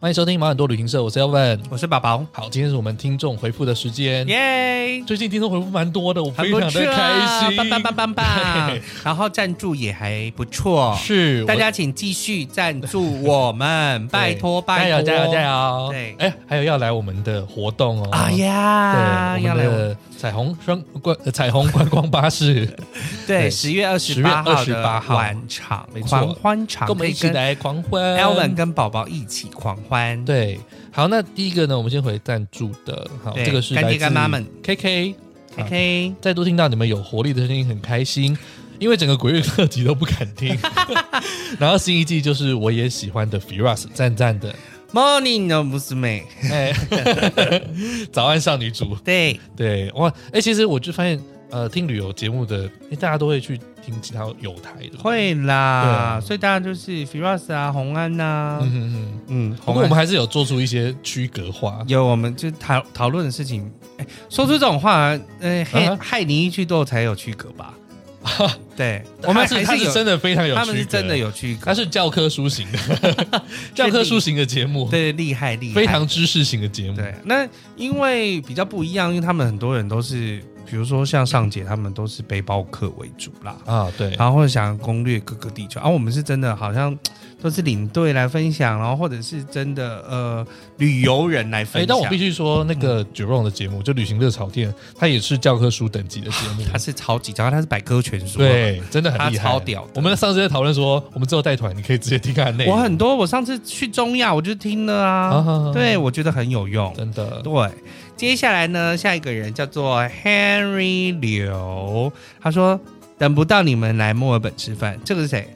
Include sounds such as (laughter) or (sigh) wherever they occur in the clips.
欢迎收听毛很多旅行社，我是 Elvin。我是宝宝，好，今天是我们听众回复的时间。耶，最近听众回复蛮多的，我很非不常错，的开心。棒棒棒棒棒对！然后赞助也还不错，是我大家请继续赞助我 (laughs) 们，拜托对拜加托，油加油加！油！对哎，还有要来我们的活动哦。哎呀，对，我要们来我的彩虹双观呃彩虹观光巴士， (laughs) 对对十月二10十月八号的28号晚场没错狂欢场，跟我们一起可以来狂欢。跟 Elvin 跟宝宝一起狂欢，对，好，那第一个呢，我们先回赞助的，好，对这个是干来爹自干妈们 KK。 ，OK，再度听到你们有活力的声音，很开心。因为整个鬼月特辑都不敢 (laughs) 听，然后新一季就是我也喜欢的 Firas，赞赞的， Morning 的哦不是美，哎， (laughs) 早安少女组，对，对，哇，哎，其实我就发现，呃，听旅游节目的，哎，大家都会去听其他有台的，，会啦，所以大家就是 Firas 啊，红安呐、嗯嗯嗯，嗯，不红过我安们还是有做出一些区隔化，有，我们就讨讨论的事情，哎，说出这种话，呃，害、啊害你一句多才有区隔吧？ (laughs) 对，我我们们是还他有，是真的非常有他区们隔，是真的，有区隔，他是教科书型的， (laughs) 教科书型的节目，对厉害厉害，非常知识型的节目，对。那因为比较不一样，因为他们很多人都是，比如说像尚姐他们都是背包客为主啦，啊，对，然后或者想攻略各个地区，啊而、我们是真的好像都是领队来分享，然后或者是真的呃旅游人来哎、分但我享，必。须说，那个 Jerome 的节目，就旅行热潮店，它也是教科书等级的节目 (laughs) 他是超级强，他是百科全书。啊对，真的很厉害，他超屌的我们上次在讨论说，我们之后带团，你可以直接听看内容，我很多，我上次去中亚我就听了啊，啊对我觉得很有用。真的对，接下来呢，下一个人叫做 Henry 刘，他说等不到你们来墨尔本吃饭，这个是谁？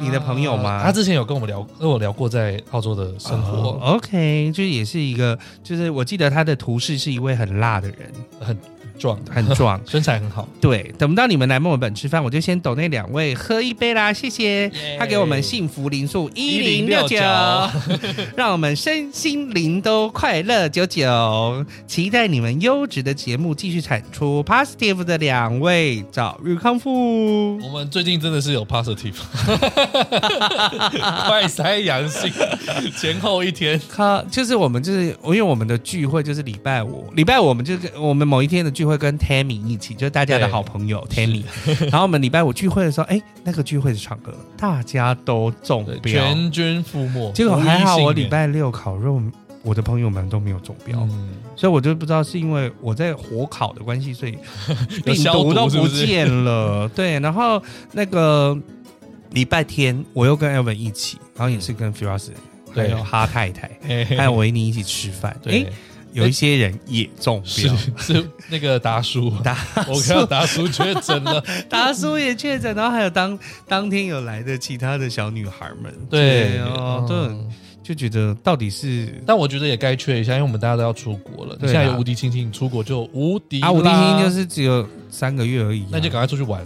你的朋友吗？啊他之前有跟我们聊，跟我聊过在澳洲的生活，哦 OK，就是也是一个，就是我记得他的图示是一位很辣的人，很壮的，。很壮身材很好，对，等不到你们来墨尔本吃饭，我就先抖那两位喝一杯啦，谢谢。他给我们幸福零数一零六九， (laughs) 让我们身心灵都快乐九九。期待你们优质的节目继续产出。Positive 的两位早日康复。我们最近真的是有 positive，快筛阳性，前后一天，他就是我们就是因为我们的聚会就是礼拜五，礼拜五我们就跟我们某一天的聚会跟 Tammy 一起，就是大家的好朋友 (laughs) Tammy。然后我们礼拜五聚会的时候，哎，那个聚会的场合大家都中对标，全军覆没，结果无一还好幸我免礼拜六烤肉，我的朋友们都没有中标。嗯所以我就不知道是因为我在火烤的关 (laughs) 系，所以有病消毒毒都是不不是见了。对，然后那个礼拜天我又跟 Evan 一起，然后也是跟 Firas 还对有哈太 (laughs) 太嗯嘿嘿还有维尼一起吃饭。对哎，，有一些人也中是标，是那个达叔， (laughs) 达我看到达叔确诊了，达叔也确诊，然后还有当当天有来的其他的小女孩们。对，哦嗯，都很就觉得到底是但我觉得也该缺一下，因为我们大家都要出国了。你对现啊在有无敌亲亲，出国就无敌啊，我听啦听就。是只有三个月而已啊、那就赶快出去玩。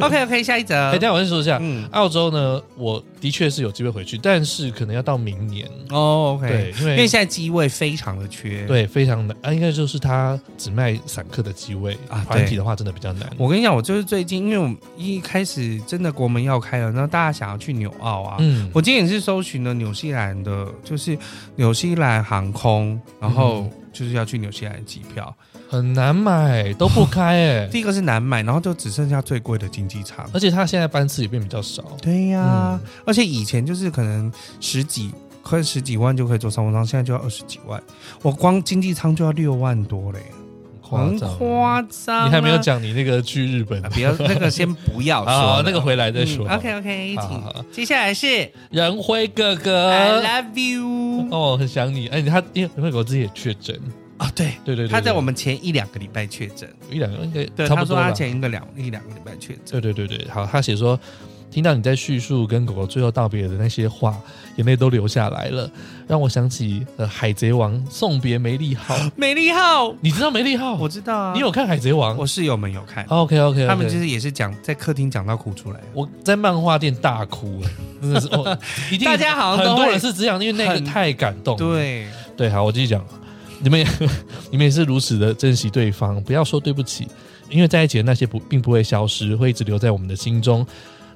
OK (laughs) OK，下一则。哎，等一下我先说一下，嗯，澳洲呢，我的确是有机会回去，但是可能要到明年。哦，OK，对，因因为为现在机位非常的缺。，对非常难啊，应该就是他只卖散客的机位啊团体对的话真的比较难。我跟你讲，我就是最近，因为我们一开始真的国门要开了，那大家想要去纽澳啊。嗯，我今天也是搜寻了纽西兰的，就是纽西兰航空，嗯然后就是要去纽西兰的机票。很难买，都不开哎，第一个是难买，然后就只剩下最贵的经济舱。而且他现在班次也变比较少。对呀、嗯而且以前就是可能十几快十几万就可以坐商务舱，现在就要二十几万，我光经济舱就要六万多嘞，夸很张，夸张啊、你还没有讲你那个去日本啊，不要那个先不要 (laughs) 说啊了，嗯那个回来再说。 OK OK，好好好呃请接下来是仁辉哥 I 哥， love you 哦，很想你。哎，他因为仁辉哥自己也确诊，啊，对，对对对，他在我们前一两个礼拜确诊，对一两个应该对，差他不多说他吧。前一个两一两个礼拜确对诊，对对对，好，他写说，听到你在叙述跟狗狗最后道别的那些话，眼泪都流下来了，让我想起呃《海贼王》送别梅利号。美丽号，你知道梅利号？我知道啊，哦你有哦看《海贼王》我室友们有看， ？OK OK，他们就是也是讲在客厅讲到哭出来，我在漫画店大哭，哎真的是 (laughs) 我一定大家好像很都多会人是这样，因为那很个太感动了。对，对，好，我继续讲。你们也， (laughs) 你们也是如此的珍惜对方，不要说对不起，因为在一起的那些不并不会消失，会一直留在我们的心中。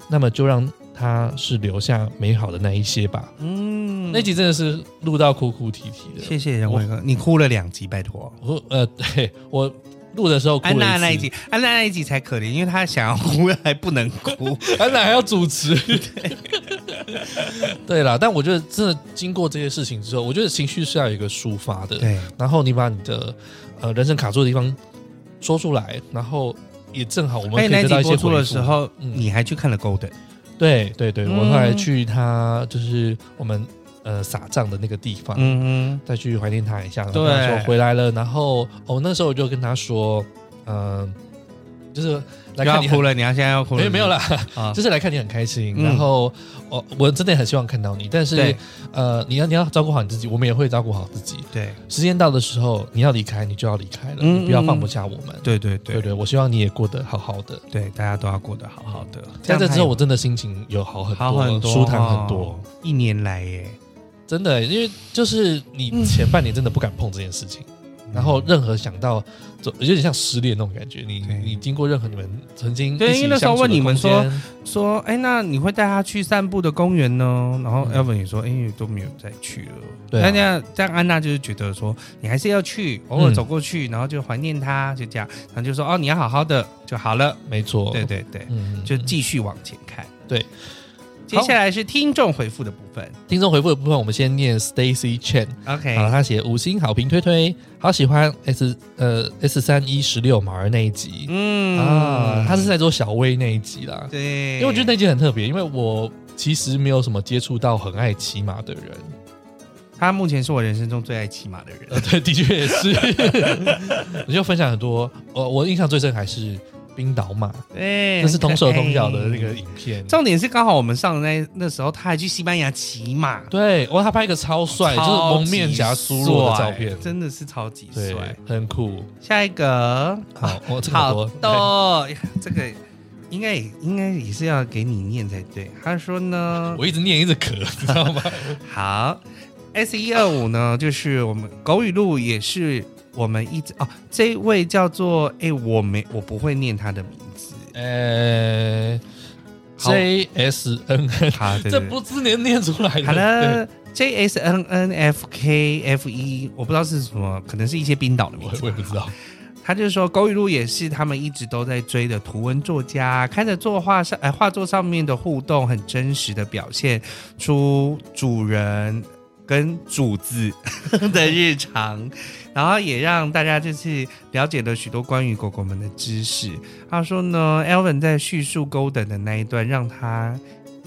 那么就让它是留下美好的那一些吧。嗯那集真的是录到哭哭啼啼的。谢谢杨伟哥，你哭了两集，拜托。我呃，对我录的时候哭了安一娜那一次集，安娜那一集才可怜，因为她想要哭还不能哭。安娜还要主持。 (laughs) 对啦，但我觉得真的经过这些事情之后，我觉得情绪是要有一个抒发的。 (laughs) 对，然后你把你的呃人生卡住的地方说出来，然后也正好我们可而以且哎那一得到集一些播出回的复时，候，嗯你还去看了 Golden，对对对，我嗯后来去他就是我们呃撒账的那个地方，嗯再去怀念他一下。然后对跟他说回来了，然后哦那时候我就跟他说，嗯、就是来哼，要看你很哭了，你要现在要哭没了，有没有啦，啊就，是来看你很开心。嗯然后我我真的很希望看到你，但是对呃，你要你要照顾好你自己，我们也会照顾好自己。对时间到的时候，你要离开，你就要离开了，嗯你不要放不下我们。对对对对对，我希望你也过得好好的。对，大家都要过得好好的。在样这之后，才我真的心情有好很多，好很多，舒坦很多哦。。一年来耶，真的，因为就是你前半年真的不敢碰这件事嗯情，然后任何想到，就有点像失恋那种感觉。你对你经过任何你们曾经对一起因为那时相处候的问你们空间，说，哎，那你会带他去散步的公园呢？然后 Elvin 也说，哎，都没有再去了。嗯对啊那这样，但安娜就是觉得说，你还是要去，偶尔嗯走过去，然后就怀念他，就这样。然后就说，哦，你要好好的就好了。没错，对，对对，嗯，就继续往前看。对，接下来是听众回复的部分。听众回复的部分，我们先念 Stacy Chen。 OK，好了，他写五星好评推推，好喜欢 S 呃 S 三一十六毛儿那一集、嗯啊，他是在做小薇那一集啦，对，因为我觉得那集很特别，因为我其实没有什么接触到很爱骑马 (laughs) 的人，他目前是我人生中最爱骑马的人。呃，对，的确也 (laughs) 是，你就分享很多，我、我印象最深还是冰岛马，对，那是同手同脚很可的爱那个影片，重点是刚好我们上的那那时候，他还去西班牙骑马，对，哇，他拍一个超帅，就是蒙面侠苏洛的照片超级帅，真的是超级帅对。，很酷，下一个， (laughs) 好，我、差好不多，的，这个应该也应该也是要给你念才对。他说 (laughs) 呢，我一直念一直咳，你知道吗？好，S 一二五呢，就是我们狗语录也是我们一直哦，这一位叫做哎、我没我不会念他的名字，呃好，J S N N，好，对这对对不是能念出来的。好对，了，J S N N F K F 一，我不知道是什么，可能是一些冰岛的名我字吧。我也不知道。他就说，狗语录也是他们一直都在追的图文作家，看着作画上，哎，画作上面的互动，很真实的表现出主人跟主子 (laughs) 的日常，然后也让大家就是了解了许多关于狗狗们的知识。他说呢，Elvin 在叙述 Golden 的那一段，让他。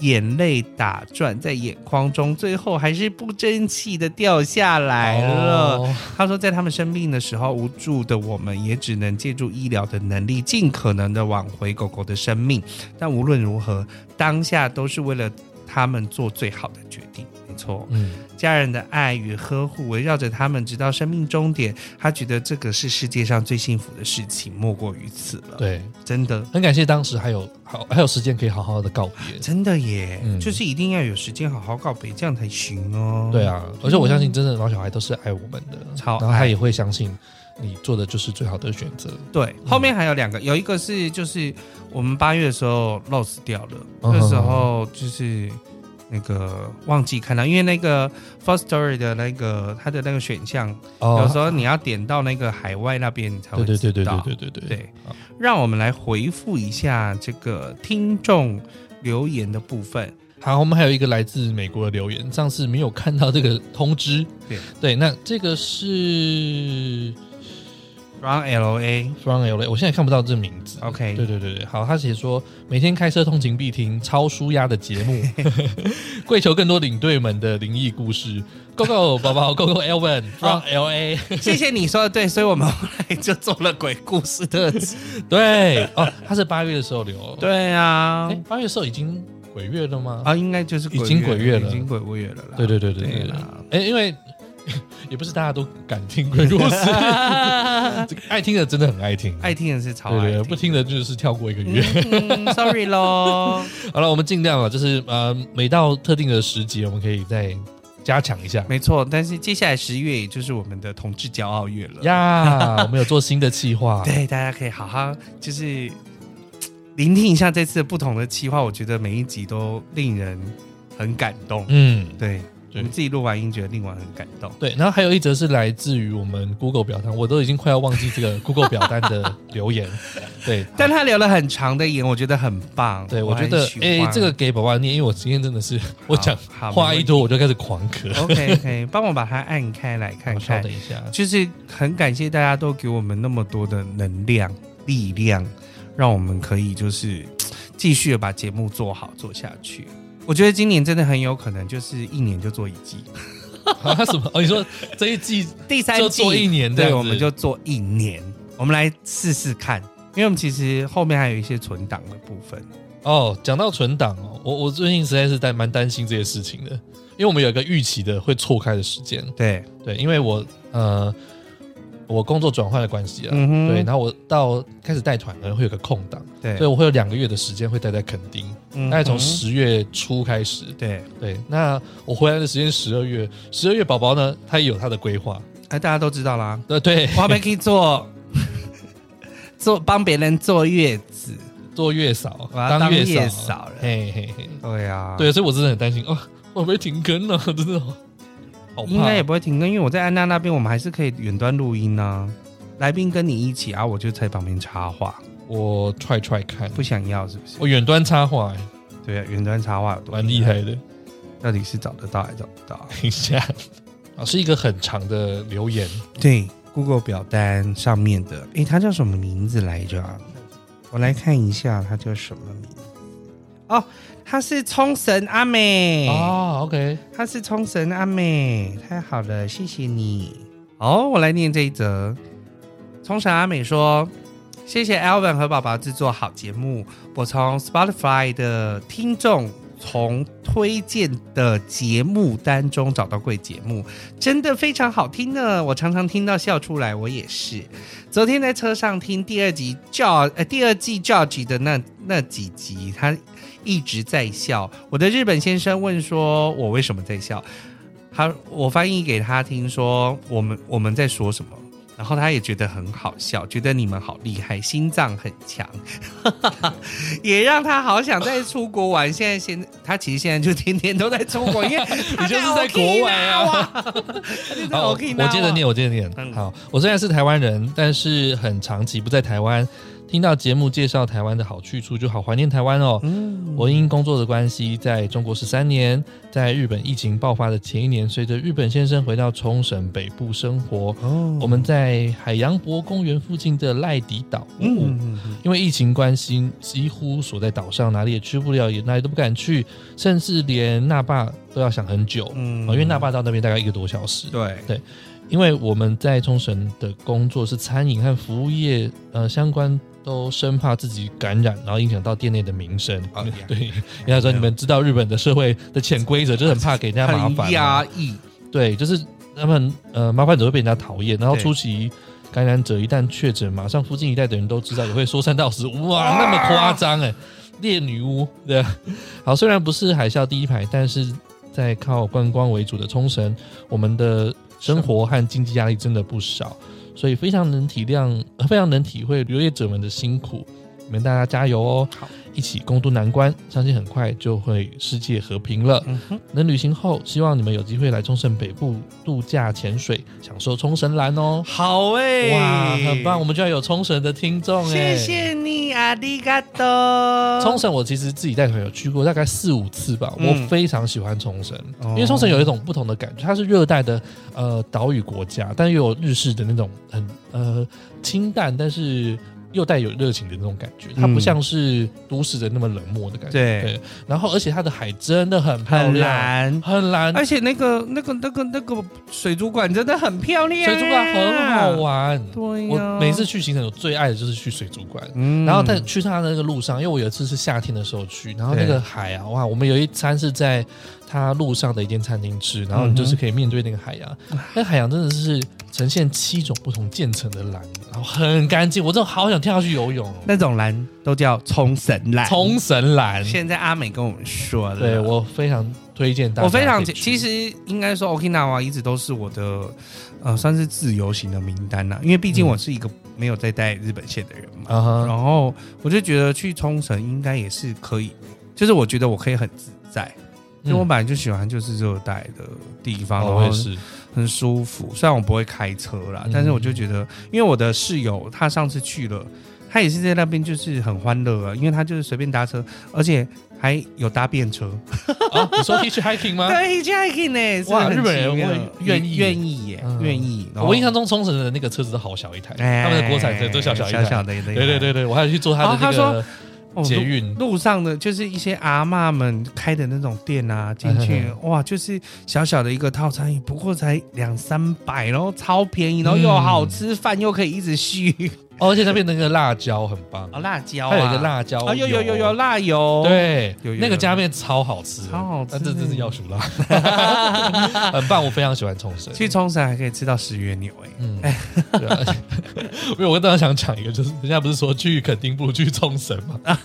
眼泪打转在眼眶中，最后还是不争气的掉下来了。哦，他说，在他们生病的时候，无助的我们也只能借助医疗的能力，尽可能的挽回狗狗的生命。但无论如何，当下都是为了他们做最好的决定。没错，嗯，家人的爱与呵护围绕着他们，直到生命终点。他觉得这个是世界上最幸福的事情，莫过于此了。，对，真的，很感谢当时还有好还有时间可以好好的告别。真的耶，嗯就是一定要有时间好好告别，这样才行哦。对，啊，而且我相信，真正的老小孩都是爱我们的，超爱然后他也会相信你做的就是最好的选择。对，后面还有两个，有一个是就是我们八月的时候 lost 掉了，嗯那时候就是那个忘记看到，因为那个 first story 的那个它的那个选项，哦有时，候你要点到那个海外那边你才对会对对知对道。对对对对，让我们来回复一下这个听众留言的部分。好，我们还有一个来自美国的留言，上次没有看到这个通知。对对，那这个是 From L A，OK，、 From LA，我现在看不到这名字。 OK 对对对对，好，他写说每天开车通勤必听超舒压的节目， (laughs) 跪求更多领队们的灵异故事。Go Go 宝宝，Go Go (laughs) Elvin from 哦 LA，、谢谢你说的对，所以我们后来就做了鬼故事特辑。对哦，他是八月的时候留，，对啊哎，，八月的时候已经鬼月了吗？啊，应该就是已经鬼月了已经鬼月了啦。对对对对对啊对对啦，哎，因为 (laughs) 也不是大家都敢听鬼故事， (laughs) 这个爱听的真的很爱听，爱听的是超对爱对对，不听的就是跳过一个月。嗯嗯，sorry 喽。 (laughs) 好了，我们尽量啊，就是呃，每到特定的时节，我们可以再加强一下。没错，但是接下来十月也就是我们的同志骄傲月了。 (laughs) 呀，我们有做新的计划，对，大家可以好好就是嘖聆听一下这次不同的企划，我觉得每一集都令人很感动。嗯，对，对我们自己录完音觉得另外很感动。对，然后还有一则是来自于我们 Google 表单，我都已经快要忘记这 (laughs) 个 Google 表单的留言。对，但他留了很长的言，我觉得很棒。对我我觉得哎、哎，这个给宝宝念，因为我今天真的是我讲好没话问一题多我就开始狂咳。 OK OK，帮我把它按开来看我稍看等。一下， (laughs) 就是很感谢大家都给我们那么多的能量、力量，让我们可以就是继续地把节目做好做下去。我觉得今年真的很有可能就是一年就做一 (laughs) 季，啊什么？哦，你说这一季第三就做一年这样对，子我们就做一年，我们来试试看，因为我们其实后面还有一些存档的部分。哦，讲到存档哦，我我最近实在是担蛮担心这些事情的，因为我们有一个预期的会错开的时间，对，对，因为我呃我工作转换的关系啊，嗯哼对，然后我到开始带团可能会有个空档，对，所以我会有两个月的时间会待在垦丁，嗯哼大概从十月初开始，对，对，那我回来的时间十二月，十二月宝宝呢他也有他的规划，哎，大家都知道啦，呃对， (laughs) 我们可以做做帮别人坐月子，做月嫂，我要当月月嫂了嘿嘿嘿，对啊呀，对，所以我真的很担心哦，会不会停更了、真的好好怕，应该也不会停更，因为我在安娜那边，我们还是可以远端录音啊。来宾跟你一起啊，我就在旁边插话，我 try try 看，不想要是不是？我远端插画、欸、对啊，远端插话有多蛮厉害的， (laughs) 到底是找得到还是找不到？等一下啊，是一个很长的留言，对，Google 表单上面的，诶，他叫什么名字来着啊？我来看一下，他叫什么名字？哦，他是冲绳阿美哦，OK，她是冲绳阿美，太好了，谢谢你。哦，我来念这一则。冲绳阿美说：“谢谢 Alvin 和宝宝制作好节目，我从 Spotify 的听众从推荐的节目单中找到贵节目，真的非常好听呢。我常常听到笑出来，我也是。昨天在车上听第二集 George 呃第二季 George 的那那几集，他一直在笑。我的日本先生问说，我为什么在笑？他我翻译给他听说，我们我们在说什么。然后他也觉得很好笑，觉得你们好厉害，心脏很强， (laughs) 也让他好想再出国玩。现在现他其实现在就天天都在出国，因 (laughs) 为你就是在国外啊他在 Okinawa，他 (laughs) 就在好，我 Okinawa 我接着念，我接着念。嗯好，我虽然是台湾人，但是很长期不在台湾，听到节目介绍台湾的好去处，就好怀念台湾哦。嗯我因工作的关系，在中国十三年，在日本疫情爆发的前一年，随着日本先生回到冲绳北部生活，哦我们在海洋博公园附近的赖迪岛。嗯嗯嗯嗯因为疫情关系，几乎锁在岛上，哪里也去不了，也哪里都不敢去，甚至连那霸都要想很久。嗯嗯，因为那霸到那边大概一个多小时。对因为我们在冲绳的工作是餐饮和服务业，呃，相关都生怕自己感染，然后影响到店内的名声。哦呀对，人家说啊你们知道日本的社会的潜规则，就是很怕给人家麻很烦、压抑，对，就是他们呃麻烦者会被人家讨厌，然后对初期感染者一旦确诊，马上附近一带的人都知道，也会说三道四。哇，那么夸张哎，烈女巫对 (laughs) 啊。好，虽然不是海啸第一排，但是在靠观光为主的冲绳，我们的生活和经济压力真的不少，所以非常能体谅，呃非常能体会旅游业者们的辛苦。你们大家加油哦！好，一起共度难关，相信很快就会世界和平了。嗯哼，能旅行后，希望你们有机会来冲绳北部度假潜水，享受冲绳蓝哦。好哎、哇，很棒！我们居然有冲绳的听众哎、谢谢你，阿里嘎多。冲绳我其实自己带团有去过大概四五次吧，嗯我非常喜欢冲绳，哦因为冲绳有一种不同的感觉，它是热带的呃岛屿国家，但又有日式的那种很呃清淡，但是又带有热情的那种感觉，它不嗯像是都市的那么冷漠的感觉。对然后而且它的海真的很漂很亮，蓝，很蓝，而且那个、那个、那个、那个水族馆真的很漂亮、水族馆很好。玩。对、呀我每次，去行程，我最爱的就是去水族馆。嗯然后在去它的那个路上，因为我有一次是夏天的时候去，然后对那个海啊，哇！我们有一餐是在它路上的一间餐厅吃，然后嗯你就是可以面对那个海洋，那海洋真的是呈现七种不同渐层的蓝，然后很干净，我真的好想跳下去游泳哦。那种蓝都叫冲绳蓝。冲绳蓝，现在阿美跟我们说了，对我非常推荐大家我非常可以去其实应该说 Okinawa 一直都是我的呃算是自由行的名单啊呐、因为毕竟嗯我是一个没有在带日本线的人嘛。啊哈，然后我就觉得去冲绳应该也是可以，就是我觉得我可以很自在，因为我嗯哦本来就喜嗯欢就是热带的地方，我然也后是，很舒服。虽然我不会开车啦，嗯但是我就觉得，因为我的室友他上次去了，他也是在那边就是很欢乐啊，因为他就是随便搭车，而且还有搭便车，啊，你说可以去 hiking (laughs) 吗？对，这样可以呢。哇真的很日本人奇妙会愿意愿意耶嗯，愿意。然后我印象中冲绳的那个车子都好小一台，哎他们的国产车都小小一小台。小的，对对对对对，我还有去坐他的哦他那个哦捷运，路上的就是一些阿嬷们开的那种店啊，进哎去哎哇，就是小小的一个套餐，也不过才两三百，然后超便宜，然后又嗯好吃，饭又可以一直续。 (laughs) 哦而且那边那个辣椒很棒，哦，辣椒、啊，它有一个辣椒啊，有有有有油，辣油，，对，有有那个加面超好吃的，超好吃但这真是的要数 (laughs) 辣， (laughs) 很棒，我非常喜欢冲绳。去冲绳还可以吃到十元牛哎、嗯，对啊， (laughs) 因为我刚刚想讲一个，就是人家不是说去垦丁不如去冲绳 (laughs) 吗？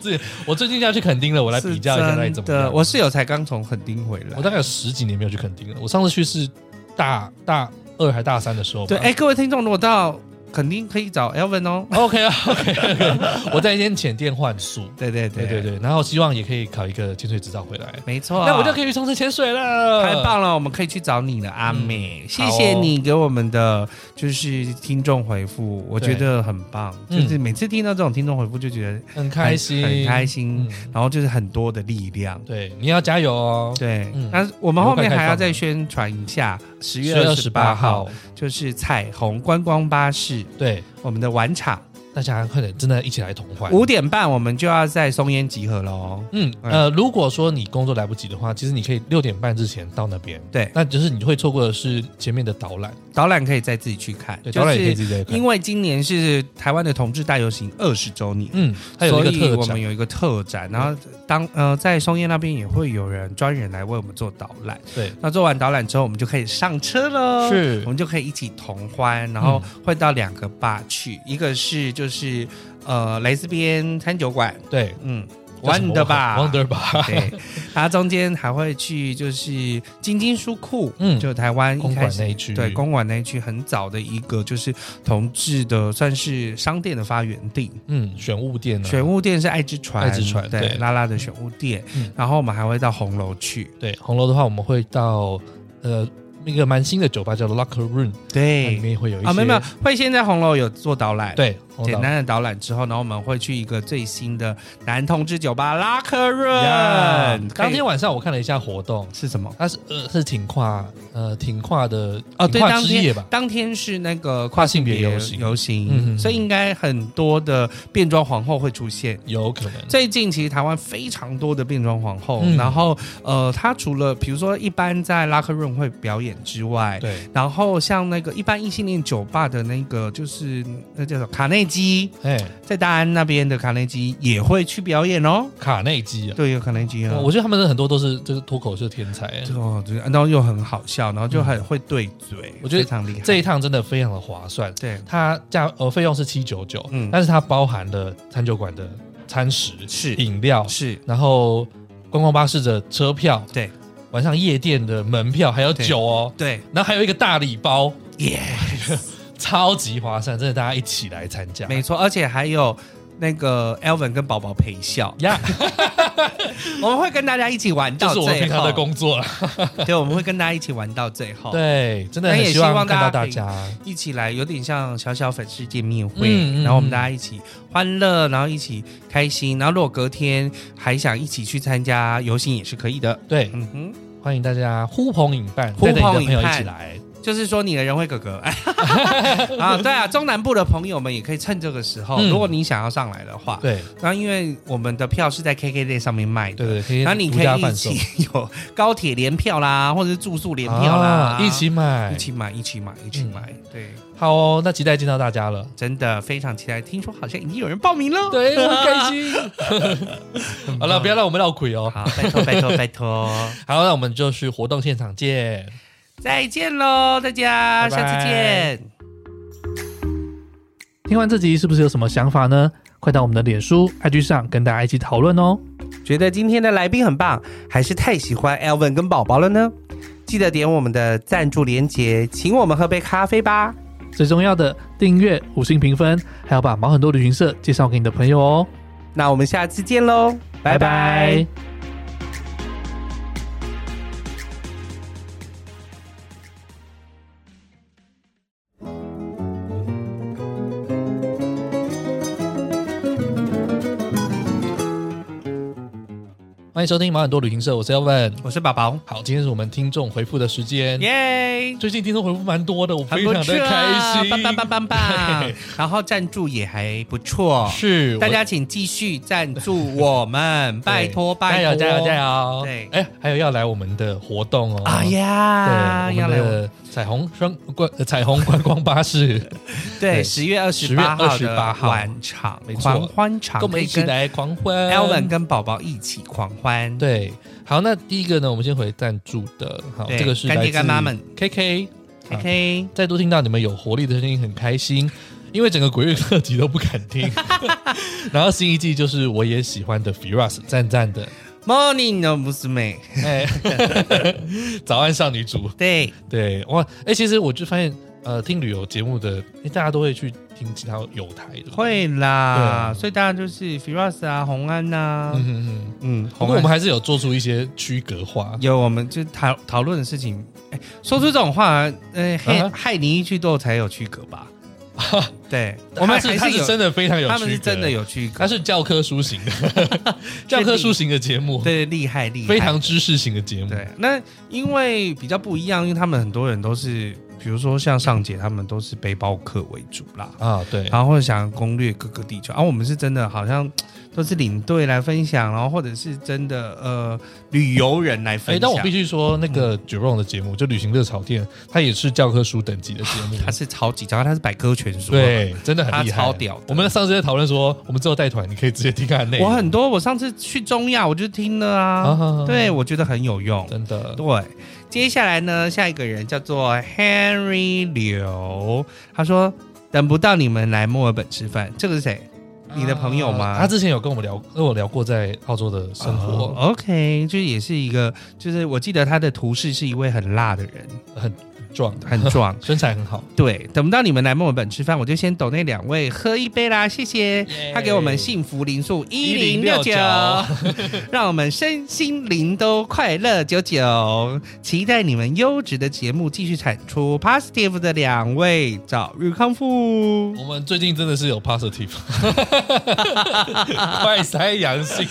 自己我最近要去垦丁了，我我来比较一下那里怎么样。我室友才刚从垦丁回来我，大概有十几年没有去垦丁了，我上次去是大大二还大三的时候吧。 (laughs) 对，哎、各位听众，如果到垦丁可以找 Elvin 哦， OK 啊 OK，OK 我在一间浅店换宿，对对对对对，对，然后希望也可以考一个潜水执照回来，没错，那我就可以以。去冲绳潜水了，太！棒了，我们可以去找你了，阿美，谢谢好哦你给我们的就是听众回复，我觉得很棒，嗯就是每次听到这种听众回复就觉得很很开心，很开心嗯，，然后就是很多的力量，对，你要加油哦。对嗯，那、我们后面还要再宣传一下，十月二十八号，就是彩虹观光巴士对，我们的晚场，大家快点，真的一起来同欢。五点半我们就要在松烟集合哦喽。嗯，呃，如果说你工作来不及的话，其实你可以六点半之前到那边。对那就是你会错过的是前面的导览，导览可以再自己去看，对，就导览也可以是自己在看因。为今年是台湾的同志大游行二十周年。嗯，它有所一个以特我们展，有一个特展，然后当呃在松烟那边也会有人专人来为我们做导览。对，那做完导览之后，我们就可以上车了，是嗯我们就可以一起同欢，然后会到两个吧去，一个是就是呃蕾丝边餐酒馆，对， (laughs) 嗯，玩的吧，玩的吧，对，然后中间还会去就是金金书库，嗯嗯，就台湾公一开馆始那一区，对公馆那一区很早的一个就是同志的算是商店的发源地，嗯，选物店呢，选物店是爱之船，爱之船对对拉拉的选物店，嗯然后我们还会到红楼去，对红楼的话，我们会到呃一个蛮新的酒吧叫 Locker Room，那里对。面会有一些啊，没有没有，会先在红楼有做导览，，对，红简楼单的导览之后，然后我们会去一个最新的男同志酒吧拉克呀润，当天晚晚上我看了一下活动，是什么？它是呃是挺跨呃挺跨的哦，挺对，跨当之夜天吧，当天是那个跨跨性性别别游游行行，嗯嗯所以应该很多的变装皇后会出现。有可能最近其实台湾非常多的变装皇后，嗯然后呃，她除了比如说一般在拉克润会表演之外，对，然后像那个一般异性恋酒吧的那个就是那叫什么卡内基，哎，在大安那边的卡内基也会去表演哦。卡内基啊，对，有卡内基啊我，觉得他们的很多都是就是脱口秀天才，啊哦，对然后又很好笑，然后就很会对嘴，嗯我觉得非常厉害。这一趟真的非常的划算，对它价呃费用是七九九，嗯但是它包含了餐酒馆的餐食、是饮料，是然后观光巴士的车票，对，晚上夜店的门票，还有对酒哦，对然后还有一个大礼包，耶超级划算，真的大家一起来参加，没错，而且还有那个 Elvin 跟宝宝陪笑， (laughs) (laughs) 呀，我们会跟大家一起玩这是到最我后。们平常的工作了， (laughs) 对，我们会跟大家一起玩到最后。，对，真的那很哦也希希望望看到大大家家，一起来有点像小小粉丝见面会，嗯嗯然后我们嗯大家一起欢乐，然后一起开心，然后如果隔天还想一起去参加游行也是可以的。对，嗯哼，欢迎大家呼朋引伴，呼带着你的朋朋友引一伴起来，就是说你的人会哥 (laughs) 哥啊，对啊，中南部的朋友们也可以趁这个时候，嗯如果你想要上来的话，对然后因为我们的票是在 KKday 上面卖的，对对，可以然后你独可家以一贩售。起有高铁联票啦，或者是住宿联票啦，啊一起买，一起买，一起买，一起买。对，好哦，那期待见到大家了。真的非常期待。听说好像已经有人报名了，对，我很开心。 (laughs) 好了，不要让我们闹鬼哦。好，拜 (laughs) 托拜托拜托，好，那我们就去活动现场见。再见喽，大家，拜拜下次见。听完这集是不是有什么想法呢？快到我们的脸书、IG 上跟大家一起讨论哦。觉得今天的来宾很棒，还是太喜欢 Elvin 跟宝宝了呢？记得点我们的赞助连结，请我们喝杯咖啡吧。最重要的，订阅、五星评分，还要把毛很多旅行社介绍给你的朋友哦。那我们下次见喽，拜拜拜拜。欢迎收听毛很多旅行社，我是 Elvin。我是宝宝，好，今天是我们听众回复的时间。耶，最近听众回复蛮多的，我很非不常错，啊的开心。棒棒棒棒 (laughs) 棒对！然后赞助也还不错，是大我家请继续赞助我们，拜 (laughs) 托对加拜托，油加油加油！对哎，还有要来我们的活动哦。哎呀，对，我要们来我的彩虹双观呃彩虹观光巴 (laughs) 士，对对，十月二十八号10月28的号晚场没，错狂欢场，跟我们一起可以来狂欢。跟 Elvin 跟宝宝一起狂欢。对，好，那第一个呢，我们先回赞助的，好，对这个是啊干爹干妈们，K K， ，OK，再度听到你们有活力的声音，很开心，因为整个鬼月特辑都不敢 (laughs) 听。然后新一季就是我也喜欢的 Firas，赞赞的， Morning 的哦不是美，哎， (laughs) 早安少女组，对，对，哇，哎，其实我就发现，呃，听旅游节目的，哎大家都会去听其他有台的，，会啦，所以大家就是 Firas 啊，红安呐、嗯嗯嗯。嗯，不红过我安们还是有做出一些区隔化，有我们就讨讨论的事情，哎，说出这种话，呃，害啊害你一句斗才有区隔吧？对，我他们是还他是是有，真的非常有，他们是真的，有区他隔，是教科书 (laughs) 型的，教科书型的节目，对，厉害厉害，非常知识型的节目，对，那因为比较不一样，因为他们很多人都是，比如说像上姐他们都是背包客为主啦，啊，对，然后或者想攻略各个地区，然、后我们是真的好像都是领队来分享，然后或者是真的呃旅游人来分哎，享。嗯但我必须说，那个 Jerome 的节目，就旅行热潮店，它也是教科书等级的节目，他是超级强，他是百科全书。，啊对，真的很厉害，他超屌的我们上次在讨论说，我们之后带团，你可以直接听看内容我很多，我上次去中亚我就听了啊，啊啊啊对我觉得很有用。真的，对，接下来呢，下一个人叫做 Henry 刘，他说等不到你们来墨尔本吃饭，这个是谁？你的朋友吗？啊他之前有跟我们聊，跟我聊过在澳洲的生活，哦 OK，就是也是一个，就是我记得他的图示是一位很辣的人，壮，。很壮身材很好，对，等不到你们来墨尔本吃饭，我就先抖那两位喝一杯啦，谢谢。耶他给我们幸福零数一零六九1069， (laughs) 让我们身心灵都快乐九九。期待你们优质的节目继续产出。Positive 的两位早日康复。我们最近真的是有 (laughs) positive，快筛阳性，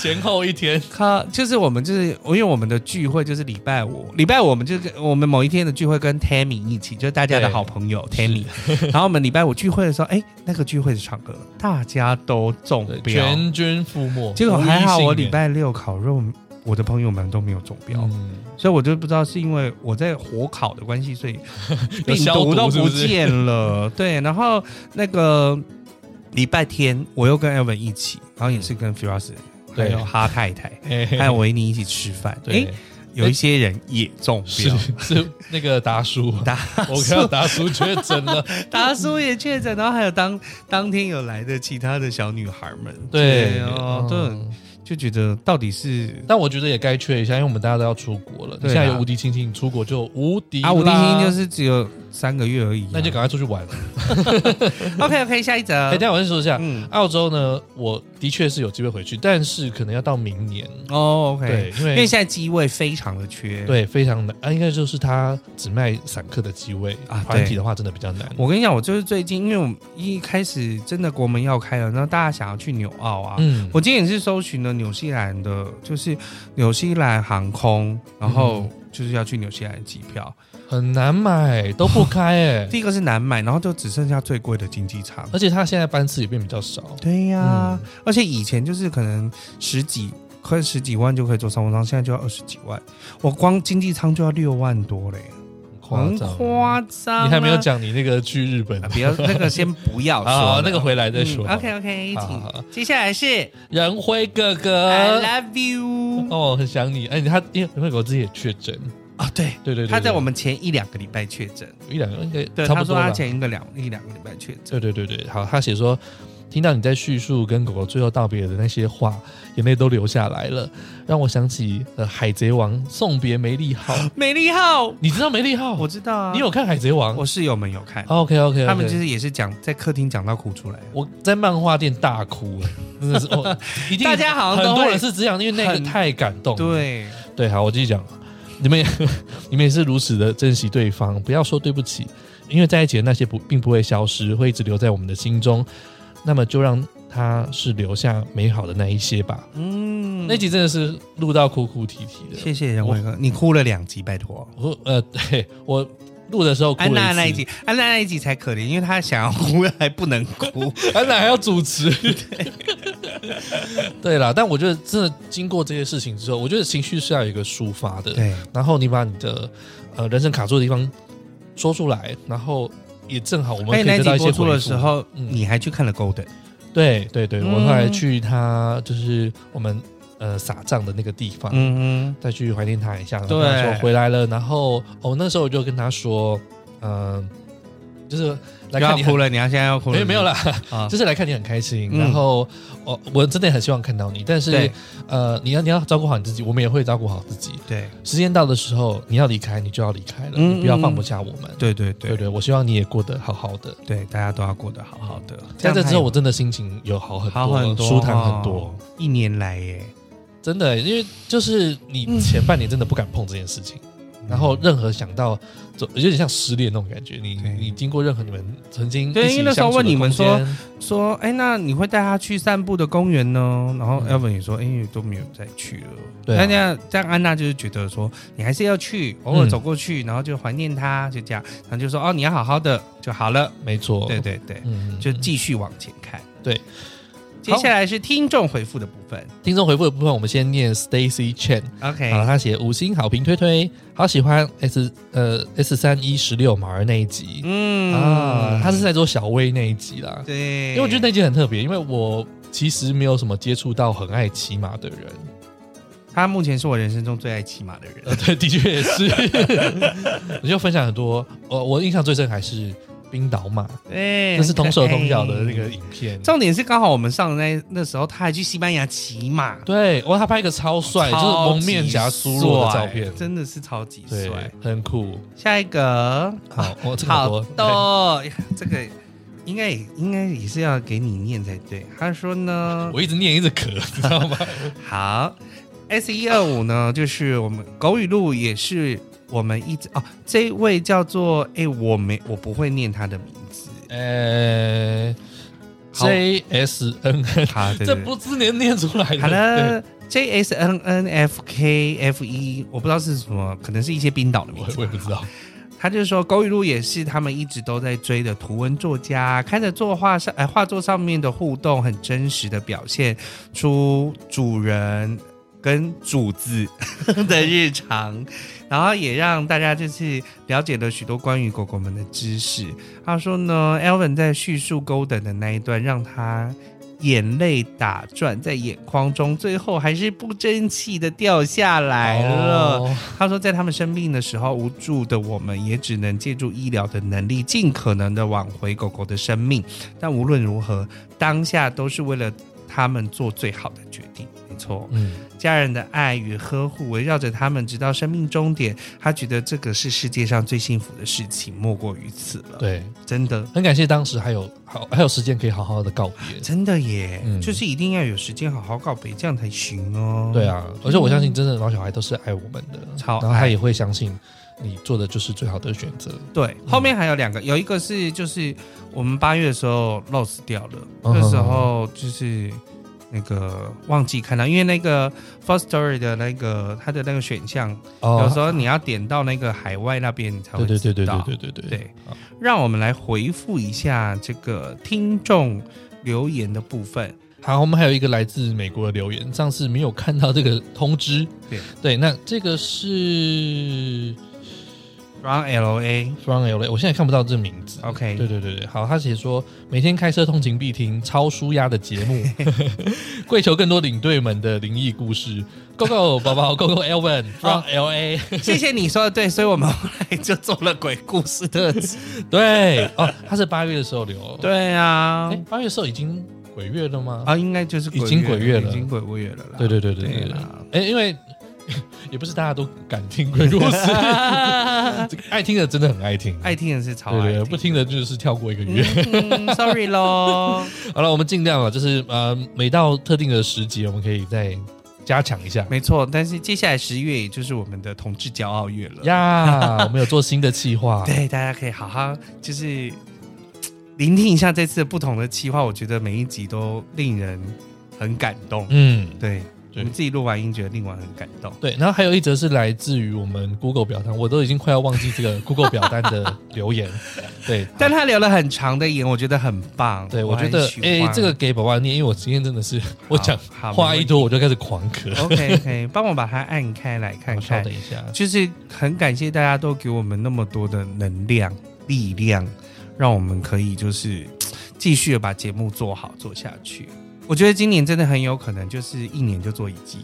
前后一天，他就是我们就是因为我们的聚会就是礼拜五，礼拜五我们就跟我们某一天的聚会跟 Tammy 一起，就是大家的好朋友 (laughs) Tammy。然后我们礼拜五聚会的时候，哎，那个聚会的场合大家都中对标，全军覆没，结果还无一幸好免我礼拜六烤肉，我的朋友们都没有中标，嗯所以我就不知道是因为我在火烤的关系， (laughs) 所以有病消毒毒都是不不是见 (laughs) 了。对，然后那个礼拜天我又跟 Evan 一起，然后也是跟 Firas 还对有哈太 (laughs) 太。嘿嘿还有维尼一起吃饭。哎对诶，有一些人也中 (laughs) 是标，是那个达叔，达我看到达叔确诊 (laughs) 了，达叔也确诊，然后还有当当天有来的其他的小女孩们。对哦嗯，都很就觉得到底是但我觉得也该缺一下，因为我们大家都要出国了。你对现啦在有无敌星星，出国就无敌，啊，我听听就是是只有三个月而已啊、那你就赶快出去玩。 OK (laughs) OK，下一则。哎，大家我先说一下，嗯，澳洲呢，我的确是有机会回去，但是可能要到明年。哦，OK，对，因因为为现在机位非常的缺。，对非常难啊，应该就是他只卖散客的机位啊团体对的话真的比较难。我跟你讲，我就是最近，因为我们一开始真的国门要开了，然后大家想要去纽澳啊，嗯，我今天也是搜寻了纽西兰的，就是纽西兰航空，然后嗯就是要去纽西兰的机票。很难买，都不开哎，第一个是难买，然后就只剩下最贵的经济舱。而且他现在班次也变比较少。对呀、嗯而且以前就是可能十几快十几万就可以坐商务舱，现在就要二十几万，我光经济舱就要六万多嘞，夸很张，夸张啊、你还没有讲你那个去日本啊，不要那个先不要 (laughs) 说啊了，嗯那个回来再说。 OK OK，好好好请接下来是仁辉哥哥 I love you 哦，很想你。哎，他因为美国自己也确诊，啊，对。对对对，他在对我们前一两个礼拜确诊，一两个应该对，差他不多说他吧。前一个两一两个礼拜确诊，对对对对，好，他写说听到你在叙述跟狗狗最后道别的那些话，眼泪都流下来了，让我想起呃《海贼王》送别梅利 (laughs) 号。美丽号，你知道梅利号？我知道啊，你有哦看《海贼王》我室友们有看， ？OK OK，他们就是也是讲在客厅讲到哭出来。我在漫画店大哭，哎真的是， (laughs) 我一定大家好像很都多会人是这样，因为那个很太感动了。对，对，好，我继续讲。你们也， (laughs) 你们也是如此的珍惜对方，不要说对不起，因为在一起的那些不并不会消失，会一直留在我们的心中。那么就让它是留下美好的那一些吧。嗯那集真的是录到哭哭啼啼的。谢谢杨伟哥，你哭了两集，拜托。我呃，对我录的时候哭了安一娜那一次集，安娜那一集才可怜，因为她想要哭还不能哭。安娜还要主持。 (laughs) 对啦，但我觉得真的经过这些事情之后，我觉得情绪是要有一个抒发的。 (laughs) 对，然后你把你的呃人生卡住的地方说出来，然后也正好我们可哎，以那得一到一集些播回复出的时，候，嗯你还去看了 Golden，对对对，我嗯后来去他就是我们呃撒葬的那个地方，嗯再去怀念他一下，然后对跟他说回来了，然后哦那时候我就跟他说，嗯、就是来哼，看要你哭很。了，你要现在要哭没了，有没有啦， (laughs) 啊，就是来看你很开心，嗯然后我我真的很希望看到你，但是对呃，你要你要照顾好你自己，我们也会照顾好自己。对时间到的时候，你要离开，你就要离开了，嗯你不要放不下我们。对对对对对，我希望你也过得好好的。对，大家都要过得好好的。在这之后，我这真的心情有好很多，样还好很多，舒坦很多哦。。一年来耶，真的，因为就是嗯你前半年真的不敢碰这件事情，然后任何想到，就有点像失恋那种感觉。你对你经过任何你们曾经一对起因为那时相候处的问你们空说间，说，哎，那你会带他去散步的公园呢？然后嗯 Elvin 也说，哎，都没有再去了。对那啊这样，但安娜就是觉得说，你还是要去，偶尔嗯走过去，然后就怀念他，就这样，然后就说，哦，你要好好的就好了。没错，对，对对，嗯，就就继续往前看。对，接下来是听众回复的部分。听众回复的部分，我们先念 Stacy Chen。好了， OK，他写五星好评推推，好喜欢 S 呃 S 三一十六毛儿那一集，嗯啊，他是在做小薇那一集啦，对，因为我觉得那集很特别，因为我其实没有什么接触到很爱骑马 (laughs) 的人，他目前是我人生中最爱骑马的人。 (laughs) 呃，对，的确也是，我就分享很多，呃我我印象最深还是冰岛马，对，那是同手同脚很可的爱那个。影片，重点是刚好我们上的那那时候，他还去西班牙骑马，对，哇，他拍一个超帅，就是蒙面超侠级苏洛的照帅片，真的是超级对帅。，很酷，下一个，好，我这个好多的，哎这个应该也应该也是要给你念才对。他说呢， (laughs) 我一直念一直咳， (laughs) 知道吗？好，S 一二五呢，就是我们狗语录也是我们一直哦，这一位叫做哎、我没我不会念他的名 (laughs) 字，呃好，J S N N，好，对这对对不是能念出来的。好对，了。J S N N F K F 一，我不知道是什么，可能是一些冰岛的名我字，我也不知。道。他就说，狗语录也是他们一直都在追的图文作家，看着作画上，哎，画作上面的互动，很真实的表现出主人跟主子 (laughs) 的日常，然后也让大家就是了解了许多关于狗狗们的知识。他说呢，Elvin 在叙述 Golden 的那一段，让他。眼泪打转在眼眶中，最后还是不争气的掉下来了。哦，他说，在他们生病的时候，无助的我们也只能借助医疗的能力，尽可能的挽回狗狗的生命。但无论如何，当下都是为了他们做最好的决定。没错，嗯，家人的爱与呵护围绕着他们，直到生命终点。他觉得这个是世界上最幸福的事情，莫过于此了。，对，真的，很感谢当时还有好还有时间可以好好的告别。真的耶，嗯就是一定要有时间好好告别，这样才行哦。对，啊，而且我相信真正的老小孩都是嗯爱我们的，超爱然后他也会相信你做的就是最好的选择。对，后面还有两个，有一个是就是我们八月的时候 lost 掉了，嗯那时候就是那个忘记看到，因为那个 first story 的那个它的那个选项，哦有时，候你要点到那个海外那边你才对会对对知对道。对对对对，让我们来回复一下这个听众留言的部分。好，我们还有一个来自美国的留言，上次没有看到这个通知。对对，那这个是 From L A，OK，、 From LA，我现在看不到这名字。 OK 对对对对，好，他写说每天开车通勤必听超舒压的节目， (laughs) 跪求更多领队们的灵异故事。Go Go 宝宝，Go Go (laughs) Elvin from 哦 LA，谢谢你说的对，所以我们后来就做了鬼故事特辑。 (laughs) 对哦，他是八月的时候留，对啊，诶，八月的时候已经鬼月了吗？啊，应该就是已经鬼月了已经鬼月了啦。对对对对对对对啦，哎、因为 (laughs) 也不是大家都敢听鬼故事， (laughs) 这个爱听的真的很爱听，爱听的是超对爱对对，不听的就是跳过一个月。嗯，sorry 喽。 (laughs) 好了，我们尽量啊，就是呃，每到特定的时节，我们可以再加强一下没错，但是接下来十月也就是我们的同志骄傲月了。 (laughs) 呀。我们有做新的计划，对，大家可以好好就是嘖聆听一下这次不同的企划，我觉得每一集都令人很感动。嗯，对，对我们自己录完音觉得令我很感动。对。然后还有一则是来自于我们 Google 表单，我都已经快要忘记这个 (laughs) Google 表单的留 (laughs) 言。对，但他留了很长的言，我觉得很棒。对我我觉得哎、哎、这个给宝宝念，因为我今天真的是我讲好话一多我就开始狂咳。 OK OK，帮我把它按开来看我稍看等。一下，就是很感谢大家都给我们那么多的能量、力量，让我们可以就是嘖继续地把节目做好做下去。我觉得今年真的很有可能就是一年就做一 (laughs) 季，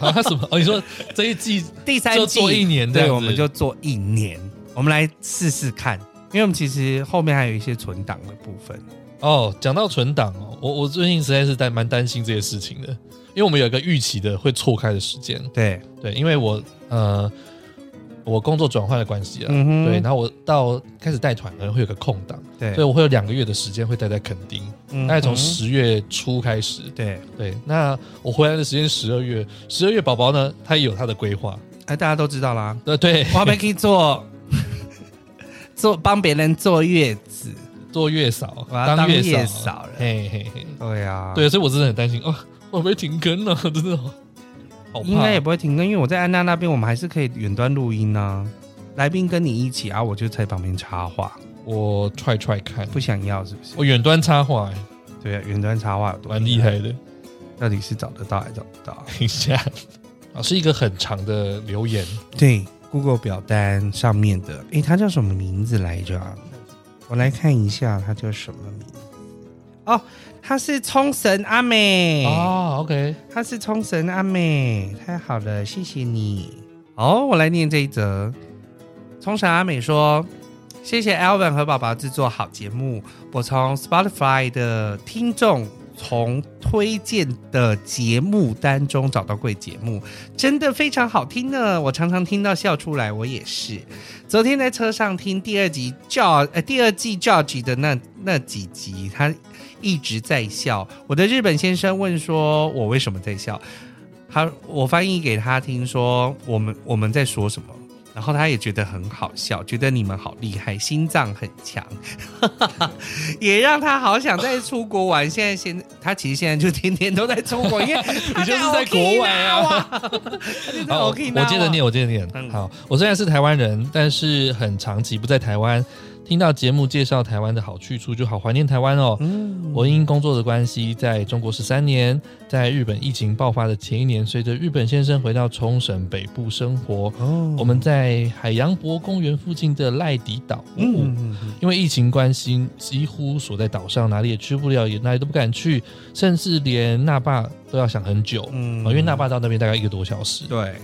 啊什么？哦，你说这一季第三季就做一年这样对，子我们就做一年，我们来试试看，因为我们其实后面还有一些存档的部分。哦，讲到存档哦，我我最近实在是担蛮担心这些事情的，因为我们有一个预期的会错开的时间，对，对，因为我呃我工作转换的关系啊，嗯哼对，然后我到开始带团可能会有个空档，对，所以我会有两个月的时间会待在垦丁，嗯哼大概从十月初开始，对，对，那我回来的时间十二月，十二月宝宝呢他也有他的规划，哎，大家都知道啦，呃对，我们可以做 (laughs) 做帮别人坐月子，做月嫂，我要当月月嫂嫂了嘿嘿嘿，对啊呀，对，所以我真的很担心哦，会不会停更了？ (laughs) 真的好好怕，应该也不会停更，因为我在安娜那边，我们还是可以远端录音啊。来宾跟你一起啊，我就在旁边插话，我踹踹看，不想要是不是？我远端插画、欸、对啊，远端插话有多蛮厉害？的，到底是找得到还是找不到？等一下 (laughs) 啊，是一个很长的留言，对，Google 表单上面的，诶，他叫什么名字来着啊？我来看一下，他叫什么名字？哦，他是冲绳阿美哦，OK，她是冲绳阿美，太好了，谢谢你。哦，我来念这一则。冲绳阿美说：“谢谢 Alvin 和宝宝制作好节目，我从 Spotify 的听众从推荐的节目单中找到贵节目，真的非常好听呢。我常常听到笑出来，我也是。昨天在车上听第二集 George 呃第二季 George 的那那几集，他一直在笑。我的日本先生问说，我为什么在笑？他我翻译给他听说，我们我们在说什么？然后他也觉得很好笑，觉得你们好厉害，心脏很强， (laughs) 也让他好想再出国玩。现在现他其实现在就天天都在出国，因为你就是在国外啊。好，哦好，我接着念，我接着念。嗯好，我虽然是台湾人，但是很长期不在台湾，听到节目介绍台湾的好去处，就好怀念台湾哦。我因工作的关系，在中国十三年，在日本疫情爆发的前一年，随着日本先生回到冲绳北部生活，哦我们在海洋博公园附近的赖迪岛。嗯嗯嗯因为疫情关系，几乎锁在岛上，哪里也去不了，也哪里都不敢去，甚至连那霸都要想很久。嗯嗯，因为那霸到那边大概一个多小时。对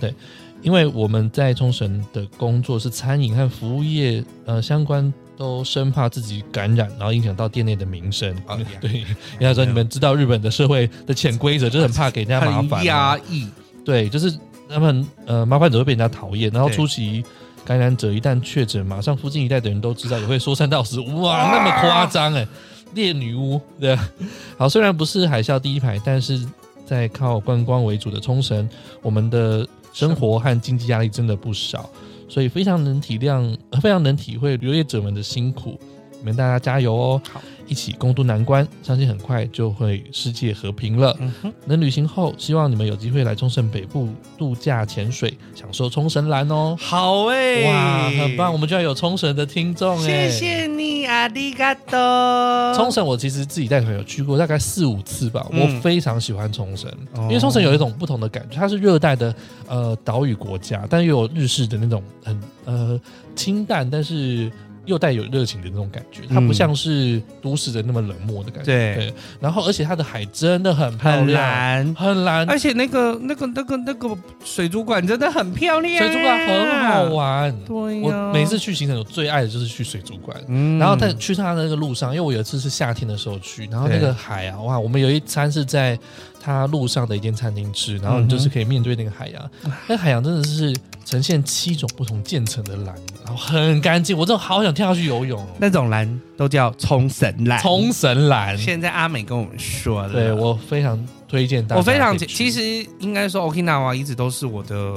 因为我们在冲绳的工作是餐饮和服务业，呃，相关都生怕自己感染，然后影响到店内的名声。哎呀对，人家说你们知道日本的社会的潜规则，就是很怕给人家麻很烦、啊压抑，对，就是他们呃麻烦者会被人家讨厌，然后对初期感染者一旦确诊，马上附近一带的人都知道，也会说三道四，哇，那么夸张哎，烈女巫对啊。好，虽然不是海啸第一排，但是在靠观光为主的冲绳，我们的生活和经济压力真的不少，所以非常能体谅，呃非常能体会旅游业者们的辛苦。你们大家加油哦！好一起共度难关，相信很快就会世界和平了。嗯哼，能旅行后，希望你们有机会来冲绳北部度假潜水，享受冲绳蓝哦。好哎、哇，很棒！我们居然有冲绳的听众哎，谢。谢你，阿里嘎多。冲绳我其实自己带团有去过大概四五次吧，嗯我非常喜欢冲绳，哦因为冲绳有一种不同的感觉，它是热带的呃岛屿国家，但又有日式的那种很呃清淡但是又带有热情的那种感觉，它不嗯像是都市的那么冷漠的感觉。对对，然后而且它的海真的很漂很亮，蓝，很蓝，而且那个那个那个那个水族馆真的很漂亮，水族馆很好。玩。对呀、我每次去行程，我最爱的就是去水族馆。嗯然后在去它的那个路上，因为我有一次是夏天的时候去，然后那对个海啊，哇，我们有一餐是在它路上的一间餐厅吃，然后你就是可以面对那个海洋，嗯那海洋真的是呈现七种不同渐层的蓝，然后很干净，我真的好想跳下去游泳 (laughs) 哦，那种蓝都叫冲绳蓝，冲绳蓝，现在阿美跟我们说了，对我非常推荐大家我可以非去，常其实应该说 Okinawa 一直都是我的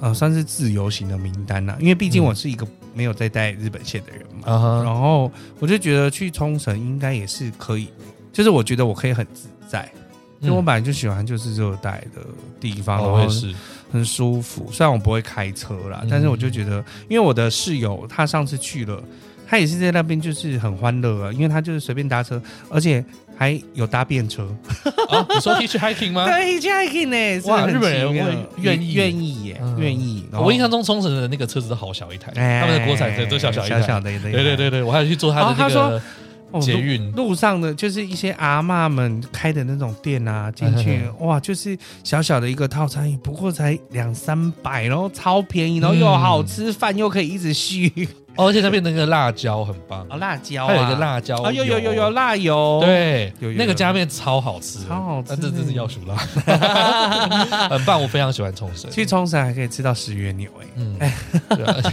呃算是自由行的名单啊啦、因为毕竟嗯我是一个没有在带日本线的人嘛，啊哈，然后我就觉得去冲绳应该也是可以，就是我觉得我可以很自在，因为我哦嗯哦本来就喜欢就是热带的地方，我也然后是，很舒服。虽然我不会开车啦，嗯但是我就觉得，因为我的室友他上次去了，他也是在那边就是很欢乐啊，因为他就是随便搭车，而且还有搭便车，啊，你说 teach hiking 吗？对，这样可以呢。哇是不是日本很人奇妙会愿意愿意耶嗯，愿意。然后我印象中冲绳的那个车子都好小一台，哎他们的国产车都小小一小台，小的，对对对对对，我还有去坐他哦他的说那个哦捷运路。路上的就是一些阿嬷们开的那种店啊，进 (laughs) 去嗯哇，就是小小的一个套餐，也不过才两三百，然后超便宜，然后又好吃，饭又可以一直续。 (laughs) 哦，而且那边那个辣椒很棒，哦，辣椒、啊，它有一个辣椒啊，有有有有油，辣油，，对有有，有那个加面超好吃的，超好吃啊这真是欸要数 (laughs) 辣，很棒，我非常喜欢冲绳。去冲绳还可以吃到十元牛哎、嗯，对啊，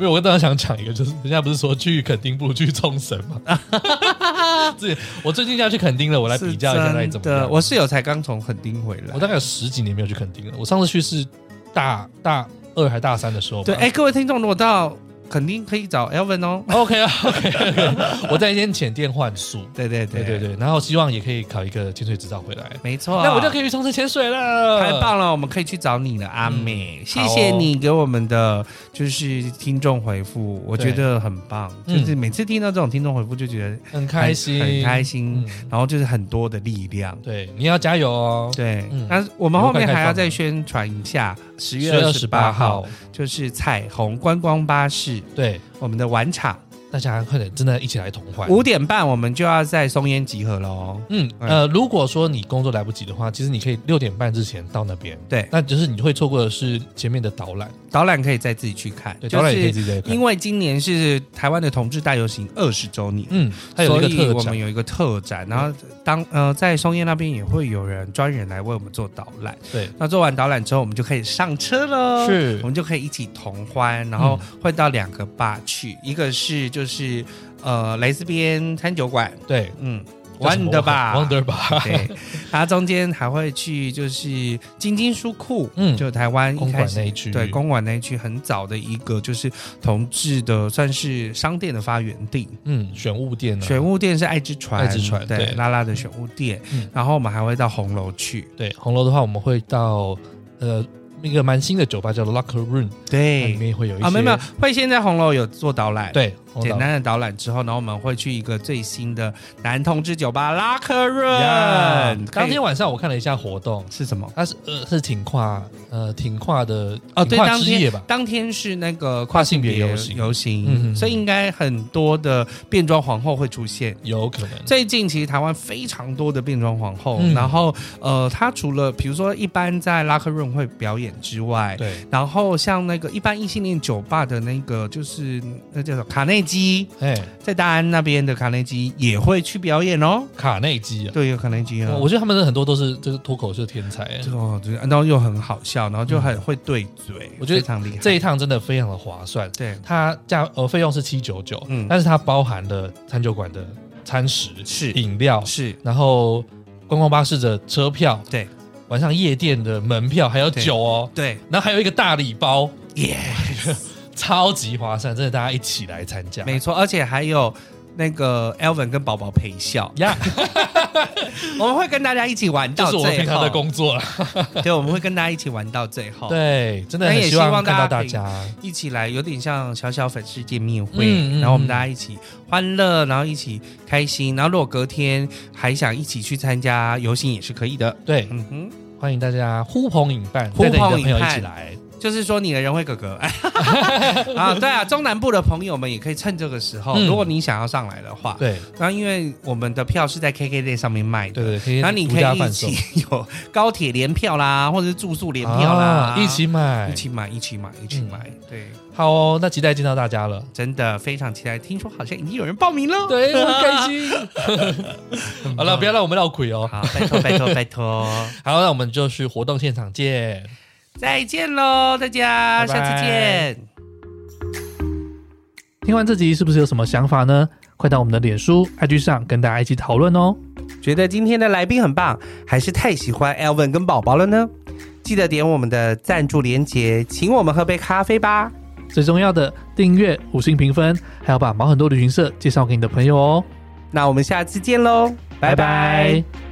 因为我刚刚想讲一个，就是人家不是说去垦丁不如去冲绳吗？ (laughs) 这我最近要去垦丁了，我我来比较一下那里怎么样。我室友才刚从垦丁回来我，大概有十几年没有去垦丁了，我上次去是大大二还大三的时候吧。对，哎、各位听众，如果到垦丁可以找 Elvin 哦， OK 啊 OK，我 (laughs) 在一间浅店换宿，对对对对对，对，然后希望也可以考一个潜水执照回来。没错，那我就可以。以去冲绳潜水了，太！棒了，我们可以去找你了，阿美，谢谢好哦你给我们的就是听众回复，我觉得很棒，就嗯是每次听到这种听众回复就觉得很很开心，很开心，嗯然后就是很多的力量，对，你要加油哦！对嗯，那、我们后面还要再宣传一下，十月二十八号，就是彩虹观光巴士对，我们的晚场，大家快点，真的一起来同欢。五点半我们就要在松烟集合哦喽。嗯，呃，如果说你工作来不及的话，其实你可以六点半之前到那边。对那就是你会错过的是前面的导览，导览可以再自己去看，对，就导览也可以是自己在看因。为今年是台湾的同志大游行二十周年。嗯，它有一个所以特我展们，有一个特展，然后当呃在松烟那边也会有人专人来为我们做导览。对，那做完导览之后，我们就可以上车了，是嗯我们就可以一起同欢，然后会到两个吧去，一个是就是呃蕾丝边餐酒馆，对嗯，玩的吧，玩的吧， (laughs) 对，然后中间还会去就是金金书库，嗯嗯，就台湾公一开馆始那一区，对公馆那一区很早的一个就是同志的算是商店的发源地，嗯，选物店呢，选物店是爱之船，爱之船对对拉拉的选物店嗯，然后我们还会到红楼去，对红楼的话，我们会到呃一个蛮新的酒吧叫 Locker Room，它里对，面会有一些啊没有没有，会先在红楼有做导览，。对红简楼单的导览之后，然后我们会去一个最新的男同志酒吧拉克呀润。当可以天晚上我看了一下活动，是什么？它是呃是挺跨呃挺跨的哦，挺对，跨当之夜天吧，当天是那个跨跨性性别别游游行行，嗯嗯嗯所以应该很多的变装皇后会出现。有可能最近其实台湾非常多的变装皇后，嗯然后呃，她除了比如说一般在拉克润会表演之外，对，然后像那个一般异性恋酒吧的那个就是那叫什么卡内基，哎，在大安那边的卡内基也会去表演哦。卡内基啊，对，有卡内基啊，我觉得他们的很多都是就是脱口秀天才，哎哦，对，然后又很好笑，然后就很会对嘴，嗯我觉得非常厉害。这一趟真的非常的划算，对它价呃费用是七九九，嗯但是它包含了餐酒馆的餐食、是饮料，是然后观光巴士的车票，对晚上夜店的门票，还有对酒哦，对然后还有一个大礼包， (laughs) 耶超级划算，真的大家一起来参加，没错，而且还有那个 Elvin 跟宝宝陪笑， (laughs) 呀，我们会跟大家一起玩这到是最我后。们平常的工作了， (laughs) 对，我们会跟大家一起玩到最后。，对，真的那很也希希望望看到大大家家，一起来，有点像小小粉丝见面会，嗯嗯然后我们嗯大家一起欢乐，然后一起开心，然后如果隔天还想一起去参加游行也是可以的。对，嗯哼，欢迎大家呼朋引伴，呼朋带着你的引朋友一伴起来，就是说你的人会哥 (laughs) 哥啊，对啊，中南部的朋友们也可以趁这个时候，嗯如果你想要上来的话，对然后因为我们的票是在 KKday 上面卖的，对对，可以然后你独可家以一贩售起有高铁联票啦，或者是住宿联票啦啊，一起买一。起买，一起买，一起嗯买，对，好哦，那期待见到大家了。真的非常期待。听说好像已经有人报名了，对，我很开心。 (laughs) 好很棒了，不要让我们闹鬼哦。 (laughs) 好，拜托拜托拜 (laughs) 托，好，那我们就去活动现场见。再见喽，大家，拜拜下次见。听完这集是不是有什么想法呢？快到我们的脸书、IG 上跟大家一起讨论哦。觉得今天的来宾很棒，还是太喜欢 Elvin 跟宝宝了呢？记得点我们的赞助连结，请我们喝杯咖啡吧。最重要的，订阅、五星评分，还要把毛很多旅行社介绍给你的朋友哦。那我们下次见喽，拜拜拜拜